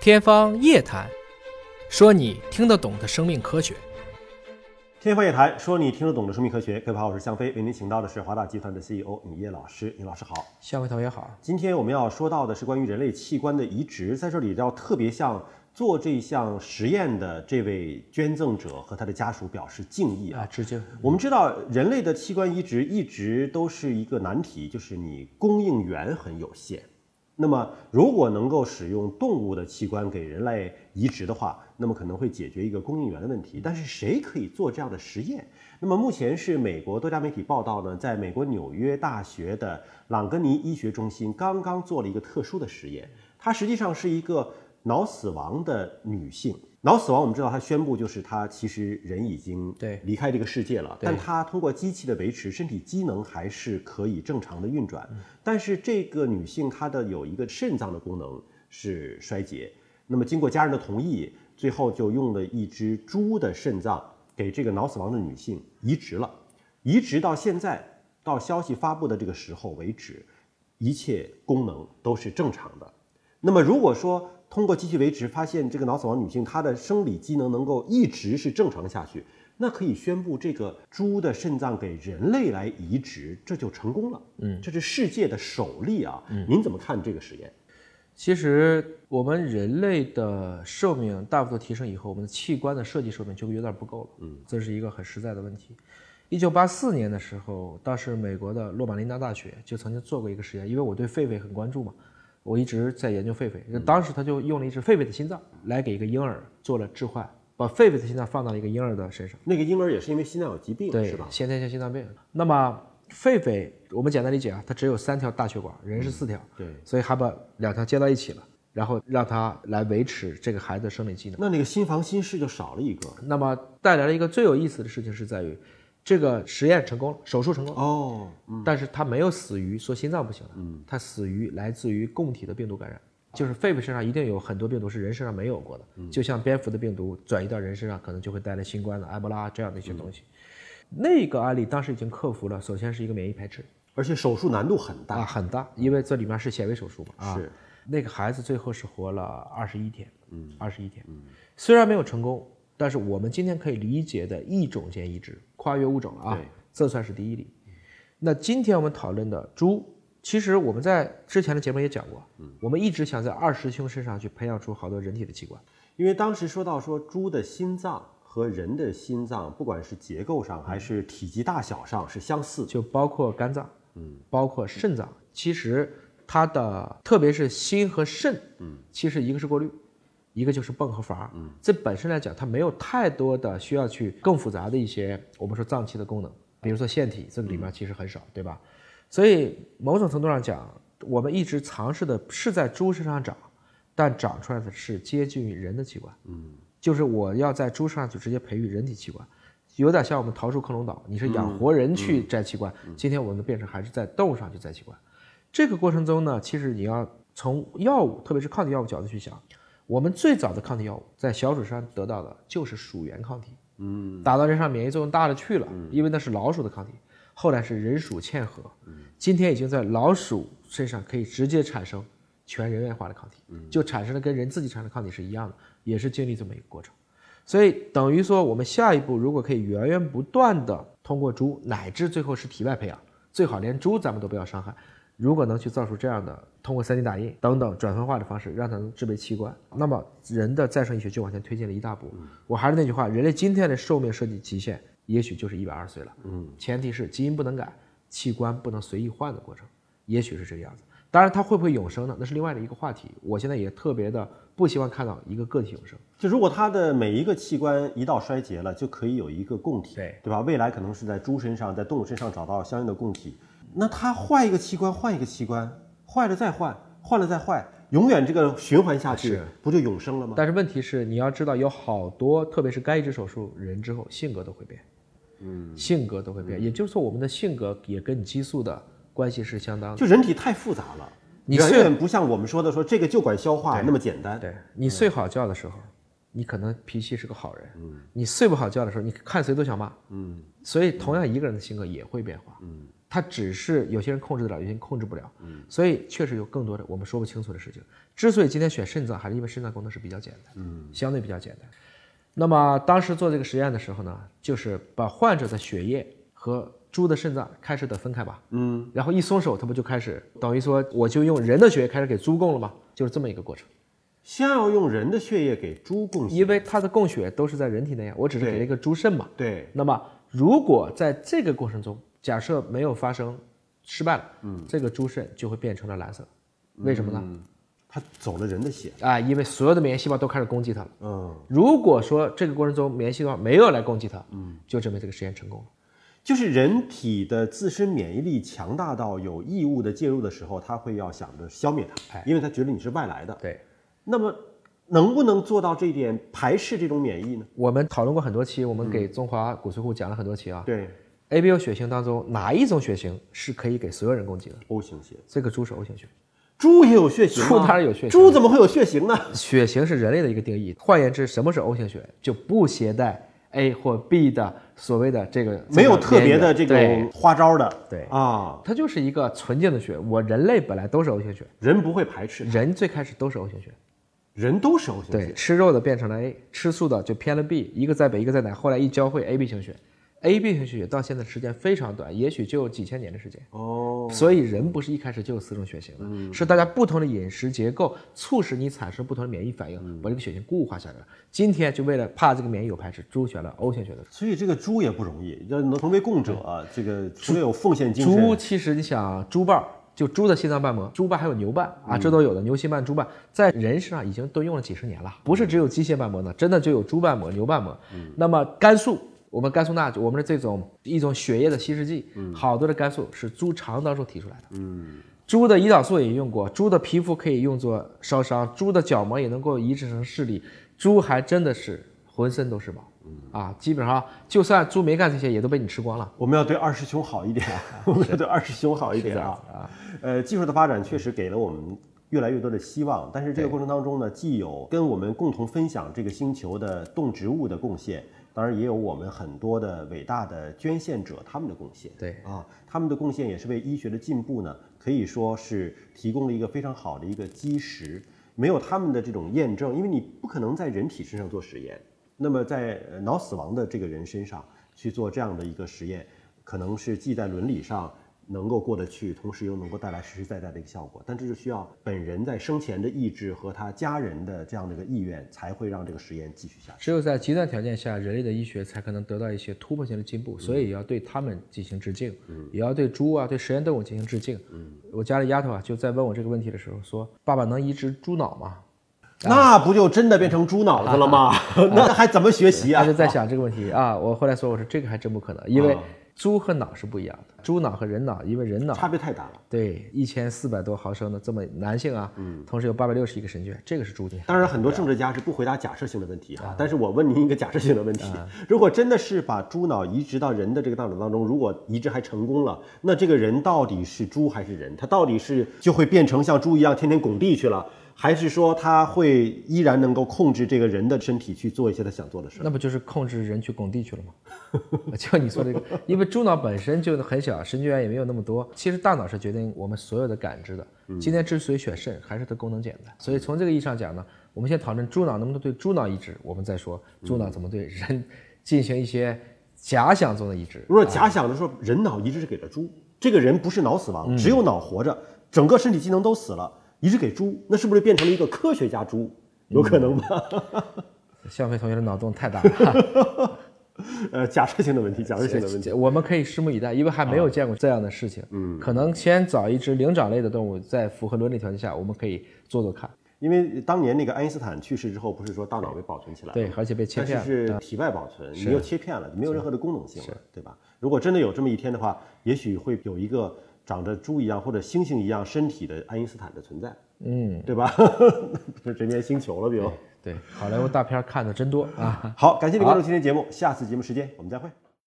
天方夜谭，说你听得懂的生命科学。天方夜谭，说你听得懂的生命科学。各位好，我是向飞，为您请到的是华大集团的 CEO 尹烨老师。尹老师好，夏位同学好，今天我们要说到的是关于人类器官的移植，在这里要特别向做这项实验的这位捐赠者和他的家属表示敬意啊啊，。致敬。我们知道，人类的器官移植一直都是一个难题，就是你供应源很有限。那么，如果能够使用动物的器官给人类移植的话，那么可能会解决一个供应源的问题。但是，谁可以做这样的实验？那么，目前是美国多家媒体报道呢，在美国纽约大学的朗格尼医学中心刚刚做了一个特殊的实验，它实际上是一个脑死亡的女性。脑死亡，我们知道她宣布就是她其实人已经对离开这个世界了，对但她通过机器的维持，身体机能还是可以正常的运转。但是这个女性她的有一个肾脏的功能是衰竭，那么经过家人的同意，最后就用了一只猪的肾脏给这个脑死亡的女性移植了。移植到现在，到消息发布的这个时候为止，一切功能都是正常的。那么如果说通过机器维持发现这个脑死亡女性她的生理机能能够一直是正常下去，那可以宣布这个猪的肾脏给人类来移植，这就成功了。嗯，这是世界的首例啊。嗯，您怎么看这个实验？其实我们人类的寿命大幅度提升以后，我们的器官的设计寿命就有点不够了。嗯，这是一个很实在的问题。一九八四年的时候，当时美国的洛马林达大学就曾经做过一个实验，因为我对狒狒很关注嘛，我一直在研究狒狒。那当时他就用了一只狒狒的心脏来给一个婴儿做了置换，把狒狒的心脏放到一个婴儿的身上。那个婴儿也是因为心脏有疾病，对，是吧？先天性心脏病。那么狒狒，我们简单理解啊，它只有三条大血管，人是四条，对。所以还把两条接到一起了，然后让它来维持这个孩子的生理机能。那那个心房心室就少了一个那么带来了一个最有意思的事情是在于，这个实验成功了，手术成功了，哦，但是他没有死于说心脏不行了，他死于来自于供体的病毒感染。就是狒狒身上一定有很多病毒是人身上没有过的，就像蝙蝠的病毒转移到人身上，可能就会带来新冠的啊埃博拉这样的一些东西。那个案例当时已经克服了，首先是一个免疫排斥而且手术难度很大，啊，很大，因为这里面是显微手术嘛啊。是那个孩子最后是活了二十一天，嗯，二十一天，虽然没有成功，但是我们今天可以理解的一种间移植，跨越物种了啊对，这算是第一例。那今天我们讨论的猪，其实我们在之前的节目也讲过，嗯我们一直想在二师兄身上去培养出好多人体的器官，因为当时说到说猪的心脏和人的心脏，不管是结构上还是体积大小上是相似的。就包括肝脏，嗯，包括肾脏，其实它的特别是心和肾，嗯，其实一个是过滤，一个就是泵和阀，嗯，这本身来讲它没有太多的需要去更复杂的一些我们说脏器的功能，比如说腺体，这个里面其实很少，对吧？所以某种程度上讲，我们一直尝试的是在猪身上长，但长出来的是接近于人的器官，嗯，就是我要在猪身上就直接培育人体器官。有点像我们逃出克隆岛，你是养活人去摘器官，今天我们变成还是在动物上去摘器官。这个过程中呢，其实你要从药物，特别是抗体药物角度去想，我们最早的抗体药物在小鼠身上得到的就是鼠源抗体，嗯，打到人上免疫作用大了去了，因为那是老鼠的抗体。后来是人鼠嵌合，今天已经在老鼠身上可以直接产生全人源化的抗体，就产生了跟人自己产生的抗体是一样的，也是经历这么一个过程。所以等于说，我们下一步如果可以源源不断的通过猪，乃至最后是体外培养，最好连猪咱们都不要伤害。如果能去造出这样的通过 3D 打印等等转分化的方式，让它能制备器官，那么人的再生医学就往前推进了一大步。我还是那句话，人类今天的寿命设计极限也许就是一百二十岁了。嗯，前提是基因不能改，器官不能随意换的过程，也许是这个样子。当然，它会不会永生呢？那是另外的一个话题。我现在也特别的不希望看到一个个体永生。就如果它的每一个器官一到衰竭了，就可以有一个供体，对对吧？未来可能是在猪身上、在动物身上找到相应的供体。那它换一个器官，换一个器官，坏了再换，换了再换，永远这个循环下啊去是，不就永生了吗？但是问题是，你要知道有好多，特别是该移植手术人之后，性格都会变，嗯，性格都会变。也就是说，我们的性格也跟你激素的关系是相当的。就人体太复杂了，你远是远不像我们说的说这个就管消化那么简单。对嗯你睡好觉的时候，你可能脾气是个好人，嗯，你睡不好觉的时候，你看谁都想骂，嗯，所以同样一个人的性格也会变化，嗯，它只是有些人控制得了，有些人控制不了。嗯，所以确实有更多的我们说不清楚的事情。之所以今天选肾脏，还是因为肾脏功能是比较简单，嗯，相对比较简单。那么当时做这个实验的时候呢，就是把患者的血液和猪的肾脏开始的分开吧，嗯，然后一松手，它不就开始等于说我就用人的血液开始给猪供了吗？就是这么一个过程，先要用人的血液给猪供血，因为它的供血都是在人体内啊，我只是给了一个猪肾嘛。对，那么如果在这个过程中，假设没有发生失败了，嗯，这个猪肾就会变成了蓝色，为什么呢？它走了人的血，啊，因为所有的免疫细胞都开始攻击它了。嗯，如果说这个过程中免疫细胞没有来攻击它，嗯，就证明这个实验成功了。就是人体的自身免疫力强大到有异物的介入的时候，它会要想着消灭哎它，因为它觉得你是外来的。对，那么能不能做到这一点，排斥这种免疫呢？我们讨论过很多期，我们给中华骨髓库讲了很多期啊。对 ABO 血型当中哪一种血型是可以给所有人攻击的？ ，O 型血，这个猪是 O 型血，猪也有血型吗？啊猪当然有血型猪怎么会有血型呢？血型是人类的一个定义。换言之，什么是 O 型血？就不携带 A 或 B 的所谓的这个没有特别的这对种花招的。对啊，它就是一个纯净的血。我人类本来都是 O 型血，人不会排斥，人最开始都是 O 型血。人都是 O 型对，血。吃肉的变成了 A，吃素的就偏了 B，一个在北，一个在南，后来一交汇 AB 型血，AB 型血到现在时间非常短，也许就几千年的时间。哦，所以人不是一开始就有四种血型的，是大家不同的饮食结构促使你产生不同的免疫反应，把这个血型固化下来了。今天就为了怕这个免疫有排斥，猪选了 O 型血的所以这个猪也不容易，要能成为供者，这个除了有奉献精神，猪。其实你想，猪瓣儿就猪的心脏瓣膜，猪瓣还有牛瓣嗯啊，这都有的。牛心瓣、猪瓣在人身上已经都用了几十年了，不是只有机械瓣膜呢，真的就有猪瓣膜、牛瓣膜。嗯那么肝素，我们肝素钠，我们的这种一种血液的稀释剂，嗯好多的肝素是猪肠当中提出来的。猪的胰岛素也用过，猪的皮肤可以用作烧伤，猪的角膜也能够移植成视力，猪还真的是浑身都是毛。嗯啊，基本上就算猪没干这些，也都被你吃光了。我们要对二师兄好一点， 我们要对二师兄好一点啊。呃，技术的发展确实给了我们越来越多的希望，但是这个过程当中呢，既有跟我们共同分享这个星球的动植物的贡献，当然也有我们很多的伟大的捐献者他们的贡献。对啊，他们的贡献也是为医学的进步呢，可以说是提供了一个非常好的一个基石。没有他们的这种验证，因为你不可能在人体身上做实验，那么在呃脑死亡的这个人身上去做这样的一个实验，可能是既在伦理上能够过得去，同时又能够带来实实在在的一个效果。但这就需要本人在生前的意志和他家人的这样的一个意愿，才会让这个实验继续下去。只有在极端条件下，人类的医学才可能得到一些突破性的进步，所以也要对他们进行致敬，也要对猪啊、对实验动物进行致敬。我家里丫头啊，就在问我这个问题的时候说：“爸爸能移植猪脑吗那不就真的变成猪脑子了吗？ 那还怎么学？”习她啊就？在想这个问题啊。我后来说：“我说这个还真不可能，因为猪和脑是不一样的，猪脑和人脑，因为人脑差别太大了。对一千四百多毫升的这么男性啊，同时有八百六十一个神经元，这个是猪的。当然，很多政治家是不回答假设性的问题哈，但是我问您一个假设性的问题：如果真的是把猪脑移植到人的这个大脑当中，如果移植还成功了，那这个人到底是猪还是人？他到底是就会变成像猪一样天天拱地去了，还是说他会依然能够控制这个人的身体去做一些他想做的事儿？那不就是控制人去拱地去了吗？ 啊就你说这个，因为猪脑本身就很小，神经元也没有那么多。其实大脑是决定我们所有的感知的。今天之所以选肾，还是它功能简单。所以从这个意义上讲呢，我们先讨论猪脑能不能对猪脑移植，我们再说猪脑怎么对人 进行一些假想中的移植。如果假想着说人脑移植是给了猪，这个人不是脑死亡，只有脑活着，整个身体机能都死了，移植给猪，那是不是变成了一个科学家猪？有可能吧？向飞同学的脑洞太大了，呃，假设性的问题，假设性的问 题。我们可以拭目以待，因为还没有见过这样的事情。嗯，可能先找一只灵长类的动物，在符合伦理条件下，我们可以做做看。因为当年那个爱因斯坦去世之后，不是说大脑被保存起来，对，而且被切但片嗯是了。是体外保存，你又切片了，你没有任何的功能性了，对吧？如果真的有这么一天的话，也许会有一个长着猪一样或者猩猩一样身体的爱因斯坦的存在，嗯，对吧？ 就人面星球了，比如。对，好莱坞大片儿看的真多啊。好，感谢您关注今天节目，下次节目时间我们再会。